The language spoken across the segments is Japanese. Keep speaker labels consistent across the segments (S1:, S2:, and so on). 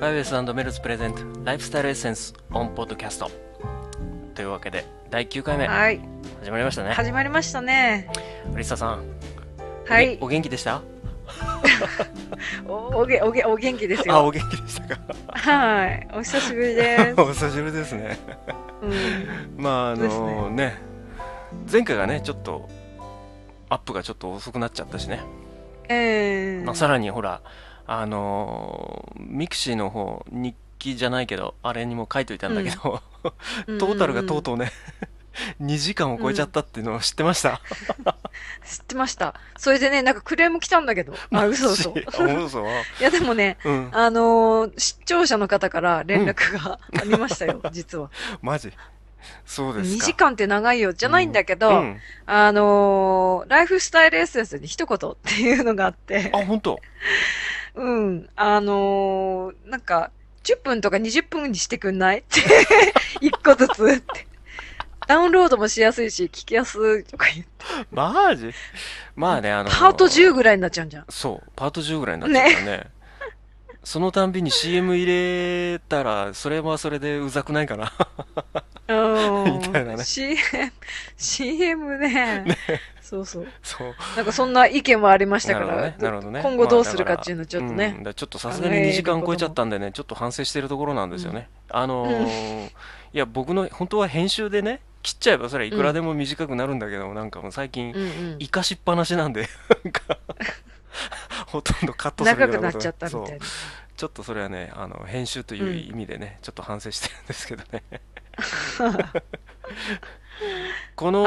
S1: バイウェスメルズプレゼントライフスタイルエッセンスオンポッドキャストというわけで第9回目
S2: はい。
S1: 始まりましたね
S2: 始まりましたね。
S1: リサさん
S2: はい
S1: お。元気でした
S2: おおげ、おげ、お元気です
S1: あ
S2: よ。
S1: お元気でしたか
S2: はい。お久しぶり です。
S1: お久しぶりですね
S2: うん。
S1: まああ
S2: そう
S1: のね前回がねちょっとアップがちょっと遅くなっちゃったしね、
S2: ええ
S1: まあ、さらにほらあのーミクシーの方日記じゃないけどあれにも書いといたんだけど、 トータルがとう
S2: うん。
S1: とうね2 時間を超えちゃったっていうのを知ってました、
S2: 知ってました。それでね、なんかクレーム来たんだけど。あ、嘘嘘。
S1: マジ
S2: い
S1: あ嘘
S2: や、でもね、
S1: うん
S2: あのー視聴者の方から連絡が ありました よ、実は。
S1: マジそうです
S2: 2
S1: か
S2: 時間って長いよ、じゃないんだけど、
S1: うん、
S2: あのーライフスタイルエッセンスに一言っていうのがあって。
S1: あ本当
S2: うん、あのーなんか、10分とか20分にしてくんない って、1個ずつって。ダウンロードもしやすいし、聞きやすいとか言って。
S1: マジまあねあの
S2: パート10ぐらいになっちゃうんじ ゃん。
S1: そう、パート10ぐらいになっちゃったね。そのたんびに CM 入れたら、それはそれでうざくないかな。
S2: うん。
S1: みたいなね
S2: CM、CM ね。そうそう。
S1: そう。
S2: なんかそんな意見もありました
S1: な
S2: か
S1: るほど
S2: ら
S1: ね。、なるほどね。
S2: 今後どうする
S1: まあ
S2: かっていうのちょっと
S1: だからうん
S2: ね。
S1: だからちょっとさすがに
S2: 考える
S1: 2時間超えちゃったんでね、ちょっと反省してるところなんですよね。あのーいや、僕の、本当は編集でね、切っちゃえばそれはいくらでも短くなるんだけど、なんかもう最近
S2: う、んうん。
S1: 生かしっぱなしなんで、なん か、ほとんどカットするよ
S2: 長
S1: う
S2: くなっ
S1: こと
S2: ちゃったみた
S1: そ
S2: いうな。
S1: ちょっとそれはね、あの、編集という意味でね、ちょっと反省してるんですけど ね。この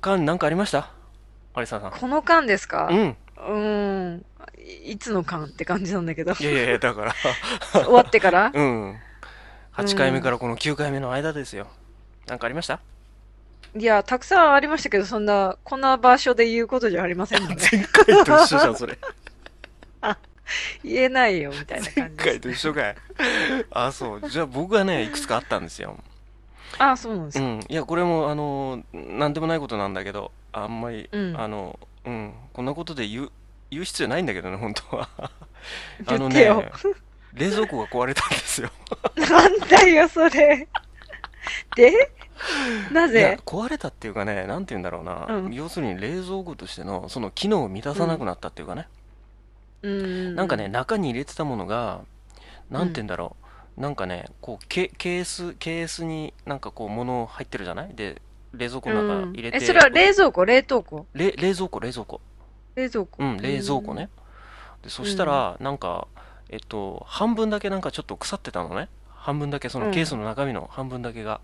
S1: 間何かありました有沢さ
S2: この間ですか
S1: ん。うん。
S2: うん。いいつの間って感じなん だけど。
S1: いやいやいや、だから、
S2: 終わってから
S1: うん。8回目からこの9回目の間ですよ。何かありました
S2: いや、たくさんありましたけど、そんな、こんな場所で言うことじゃありませんので、
S1: 前回と一緒じゃん、それ。
S2: 言えないよ、みたいな
S1: 前
S2: 感じで
S1: 回
S2: す。
S1: と一緒かい。あ、そう。じゃあ僕はね、いくつかあったんですよ。
S2: あ、そうなんです
S1: う
S2: か。
S1: ん、いやこれもあの何でもないことなんだけどあんまり、
S2: うん
S1: あのうんこんなことで言う言う必要ないんだけどね本当 はあ
S2: 言
S1: の
S2: ってよ
S1: ね。冷蔵庫が壊れたんですよ
S2: なんだよ、それ。でない
S1: や
S2: ぜ
S1: 壊れたっていうかねなんて言うんだろうな、
S2: うん
S1: 要するに冷蔵庫としてのその機能を満たさなくなったっていうかね、
S2: うん。
S1: なんかね、中に入れてたものがなんて言うんだろう、なんかねこうケケースケースになんかこう物入ってるじゃないで冷蔵庫
S2: う
S1: の中
S2: ん
S1: 入れて、
S2: え、それは冷蔵庫、冷凍庫
S1: れ冷蔵庫冷蔵庫
S2: 冷蔵庫。
S1: うん、冷蔵庫ね。で、そしたら、なんか、えっと、半分だけなんかちょっと腐ってたのね。半分だけ、そのケースの中身の半分だけが、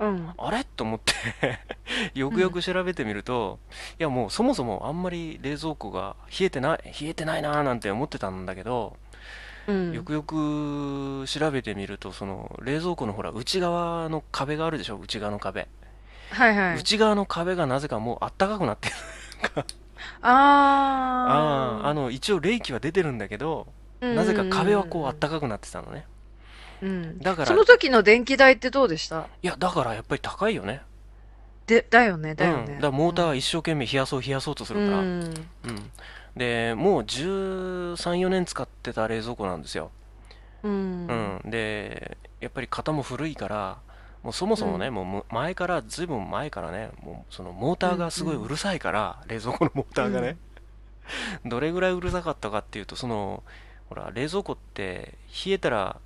S2: うん。
S1: あれと思って よくよく調べてみると、いやもうそもそもあんまり冷蔵庫が冷えてない、冷えてないなーなんて思ってたんだけど、
S2: うん。
S1: よくよく調べてみると、その冷蔵庫のほら、内側の壁があるでしょ、内側の壁。
S2: はいはい。
S1: 内側の壁がなぜかもうあったかくなってる。あ
S2: あ
S1: あ、あの、一応冷気は出てるんだけど、
S2: ー
S1: なぜか壁はこうあっ。
S2: ん
S1: たかくなってたのね。
S2: うんうん。
S1: だから
S2: その時の電気代ってどうでした
S1: いや、だからやっぱり高いよね。
S2: で、だよね、だ
S1: う
S2: よ
S1: ん。だ
S2: ね。
S1: からモーター
S2: ー
S1: は一生懸命冷やそう冷やそうとす
S2: す
S1: るから。
S2: う
S1: うん。
S2: ん。
S1: で、もう13、4年使ってた冷蔵庫なんですよ。
S2: うん。
S1: うん。で、やっぱり型も古いから、もうそもそもね、
S2: う
S1: もうむ前から、ずいぶん前からね、もうそのモーターがすごいうるさいから、冷蔵庫のモーターがね。 どれぐらいうるさかったかっていうと、その、ほら、冷蔵庫って冷えたら、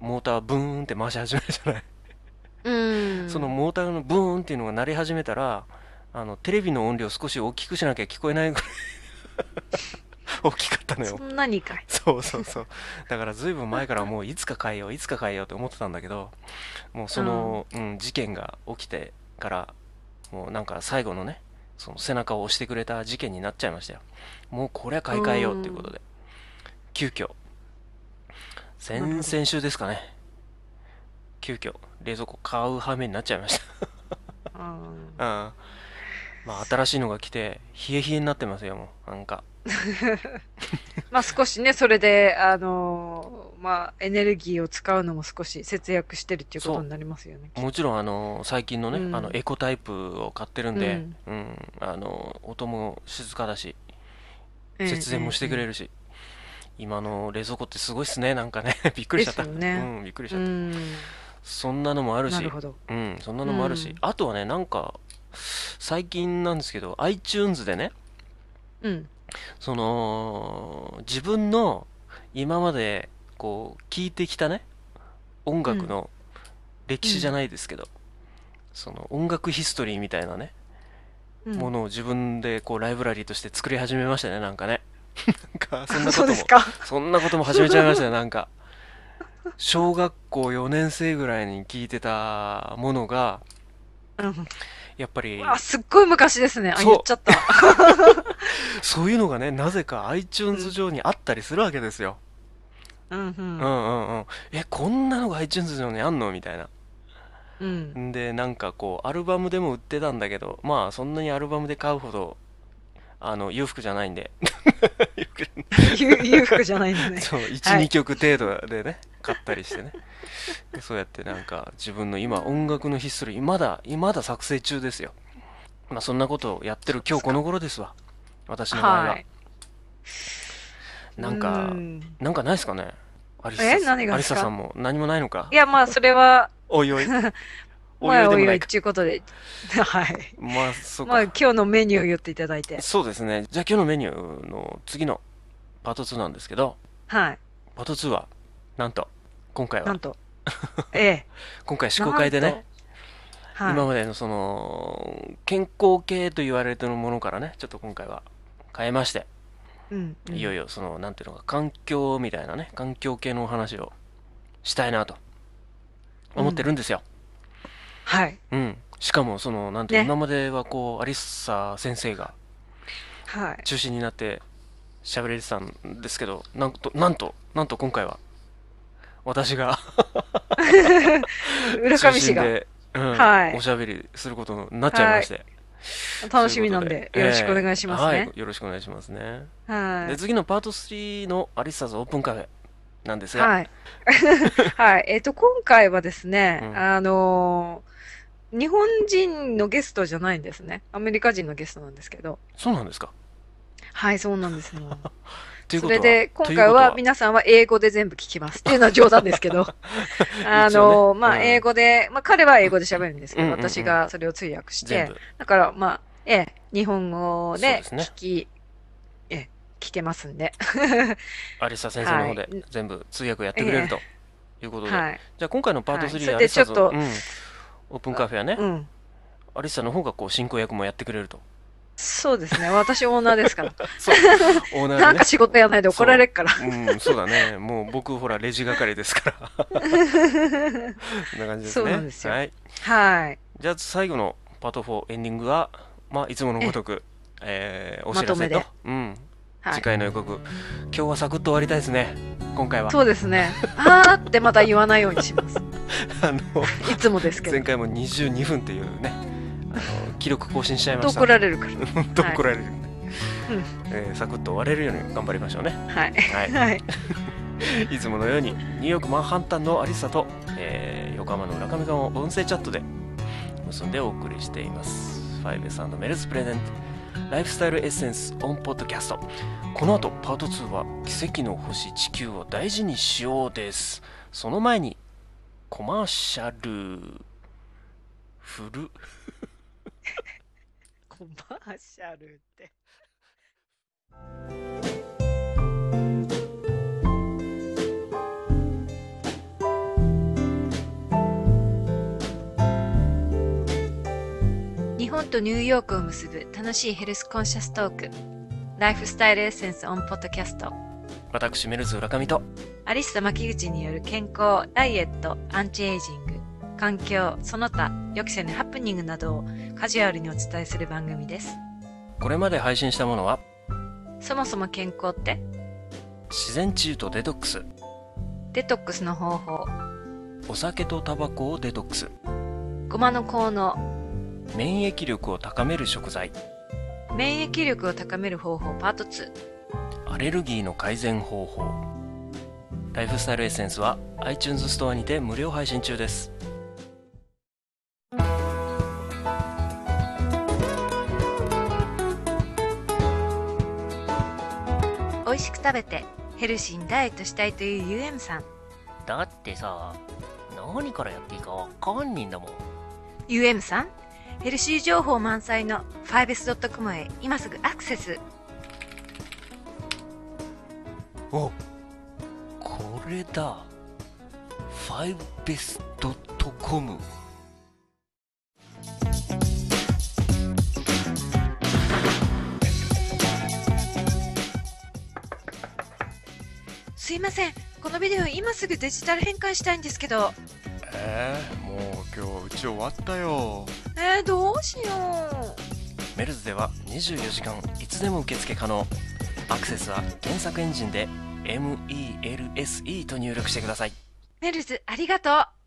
S1: モーターブーンって回し始めるじゃない。
S2: うん。
S1: そのモーターのブーンっていうのが鳴り始めたら、あの、テレビの音量少し大きくしなきゃ聞こえないぐら い大きかったのよ
S2: そ。んなにかい。
S1: そうそうそう。だからずいぶん前からもういつか変えよう、いつか変えようって思ってたんだけど、もうその、うん、事件が起きてから、もうなんか最後のね、その背中を押してくれた事件になっちゃいましたよ。もうこれは買い替えようっていうことで。急遽。先
S2: なるほど
S1: 々週ですかね。急遽、冷蔵庫買う羽目になっちゃいました。
S2: うん
S1: うん。 まあ、新しいのが来て、冷え冷えになってますよ、もう。なんか。
S2: まあ少しね、それで、あのーまあエネルギーを使うのも少し節約してるっていうことになりますよね。
S1: もちろん、あの、最近のね、
S2: うん
S1: あの、エコタイプを買ってるんで、うん、あの、音も静かだし、節電もしてくれ
S2: る。
S1: るし、今の冷蔵庫ってすごいっすねなんかね びっくりしちゃった、
S2: ですよね
S1: うんびっくりしち
S2: う
S1: ゃった、
S2: ん。
S1: そんなのもある
S2: な
S1: し
S2: るほど。
S1: うんそんなのもあるし、
S2: うん
S1: あとはねなんか最近なんですけど iTunes でね
S2: うん。
S1: その自分の今までこう聴いてきたね音楽の歴史じゃないですけど、その音楽ヒストリーみたいなね、
S2: うん
S1: ものを自分でこうライブラリーとして作り始めましたねなんか ねなんかそんなこ
S2: そう
S1: と
S2: で
S1: も
S2: すか。
S1: そんなことも始めちゃいましたよ、なん か。小学校4年生ぐらいに聞いてたものが、
S2: うん。
S1: やっぱり、
S2: あ、すっごい昔ですね。あ、
S1: そう
S2: 言っちゃった。
S1: そういうのがね、なぜか iTunes 上にあったりするわけですよ。
S2: うんう。
S1: うんんうんうん。え、こんなのが iTunes 上にあんのみたいな。
S2: うん。
S1: んで、なんかこう、アルバムでも売ってたんだけど、まあ、そんなにアルバムで買うほど、あの、裕福じゃないんで、裕福じゃない
S2: ゆ裕福じゃないですね。
S1: そう、1、
S2: はい
S1: 2曲程度でね、買ったりしてね。 でそうやってなんか自分の今音楽のヒストリー、まだ、まだ作成中ですよ。まあそんなことをやってる今日この頃ですわ。私の場合は。
S2: はい。
S1: なんか
S2: う、ん
S1: なんかないですかねアリサ
S2: え何が
S1: ア
S2: で
S1: リ
S2: す
S1: サ
S2: か
S1: さんも何もないの か
S2: いや、まあ、それは、
S1: おいおい。おい
S2: ま
S1: お
S2: あ、
S1: いで
S2: お
S1: も
S2: い
S1: な
S2: お
S1: い
S2: い
S1: か。
S2: ちゅうことで。 はい。
S1: まあそう
S2: まあ、
S1: か
S2: 今。日のメニューを言っていただいて。
S1: そうですね。じゃあ今日のメニューの次のパート2なんですけど、
S2: はい。
S1: パート2は、なんと、今回
S2: な
S1: は
S2: ん、と。ええ。
S1: 今回試行会でね、
S2: はい。
S1: 今までのその健康系と言われてるものからねちょっと今回は変えまして、
S2: うんうん
S1: いよいよそのなんていうのか環境みたいなね環境系のお話をしたいなと思ってるんですよ、
S2: はい。
S1: うんしかもそのなんていうの
S2: ね
S1: 今まではこうアリッサ先生が
S2: はい。
S1: 中心になって喋れてたんですけどなんとなんとなんと今回は私が
S2: 浦上氏が
S1: 中心で、うん
S2: はい
S1: おしゃべりすることになっちゃいまして、
S2: 楽しみなんで、よろしくお願いします
S1: ええ
S2: ね
S1: は。い、よろしくお願いしますね。
S2: は
S1: で、次のパート3のアリスターズオープンカフェなんです
S2: い。
S1: が、
S2: はい。 はい。えっと、今回はですね、
S1: うん
S2: あのー、日本人のゲストじゃないんですね。アメリカ人のゲストなんですけど。
S1: そうなんですか
S2: はい、そうなんですよ。
S1: という
S2: そ
S1: こと
S2: れ
S1: は、
S2: で、今
S1: というこ
S2: 回
S1: とは
S2: は皆さんは英語で全部聞きます。っていうのは冗談ですけ ど。あの、ま
S1: うん
S2: あ、英語で、まあ、彼は英語で喋るんです
S1: う
S2: けど、
S1: んうんうん
S2: 私がそれを通訳し
S1: 全
S2: て
S1: 部、、
S2: だから、まあ、ええ、日本語で
S1: そうです
S2: 聞き、ええ、聞けますんで。
S1: アリスター先生の方で
S2: はい
S1: 全部通訳をやってくれるということで、
S2: はい。
S1: じゃあ今回のパート
S2: はい
S1: 3、
S2: それ
S1: ア
S2: で
S1: リスターズ
S2: ちょっと
S1: うんオープンカフェはね、
S2: うん。
S1: アリスターの方がこう進行役もやってくれると。
S2: そうですね。私オーナーですから。
S1: そう、オーナーでね。
S2: なんか仕事やんないで怒られ るから。
S1: うん、そうだね。もう僕、ほら、レジ係ですから。こんな感じですね。
S2: そうなんですよ
S1: はい。
S2: はい。
S1: じゃあ最後のパート4エンディングは、まあ、いつものごとく、えーお知らせと
S2: まと
S1: うん、
S2: は
S1: 次
S2: い。
S1: 回の予告今日はサクッと終わりたいですね今回は
S2: そうです ね。あーってまた言わないようにします。
S1: あの
S2: いつもですけ
S1: 前
S2: ど。
S1: 回も22分っていうねあの記録更新しちゃいま
S2: と
S1: した
S2: 怒られるから。
S1: れ本当怒られる、
S2: うん
S1: えーサクッと終われるように頑張りましょうね
S2: はい。
S1: は
S2: はい。
S1: いいつものようにニューヨークマンハンタンのアリサと、えー横浜の村上さんを音声チャットで結んでお送りしています 5S& メルズプレゼントライフスタイルエッセンスオンポッドキャストこの後パート2は奇跡の星地球を大事にしようですその前にコマーシャルフル
S2: コマーシャルって。日本とニューヨークを結ぶ楽しいヘルスコンシャストーク。ライフスタイルエッセンスオンポッドキャスト。
S1: 私メルズ浦上と
S2: アリスと牧口による健康、ダイエット、アンチエイジング、環境、その他、予期せぬハプニングなどをカジュアルにお伝えする番組です。
S1: これまで配信したものは
S2: そもそも健康って
S1: 自然治癒とデトックス
S2: デトックスの方法、
S1: お酒とタバコをデトックス
S2: ごまの効能、
S1: 免疫力を高める食材
S2: 免疫力を高める方法パート2。
S1: アレルギーの改善方法ライフスタイルエッセンスは iTunes ストアにて無料配信中です
S2: 美味しく食べてヘルシーにダイエットしたいという UM さん
S1: だってさ何からやっていいかわかんねえんだもん
S2: UM さんヘルシー情報満載の 5s.com へ今すぐアクセス
S1: おこれだ 5best.com
S2: すいませんこのビデオ今すぐデジタル変換したいんですけど
S1: えー、もう今日うち終わったよ
S2: えー、どうしよ
S1: メルズでは24時間いつでも受付可能アクセスは検索エンジンで MELSE と入力してくださいう
S2: メルズありがとう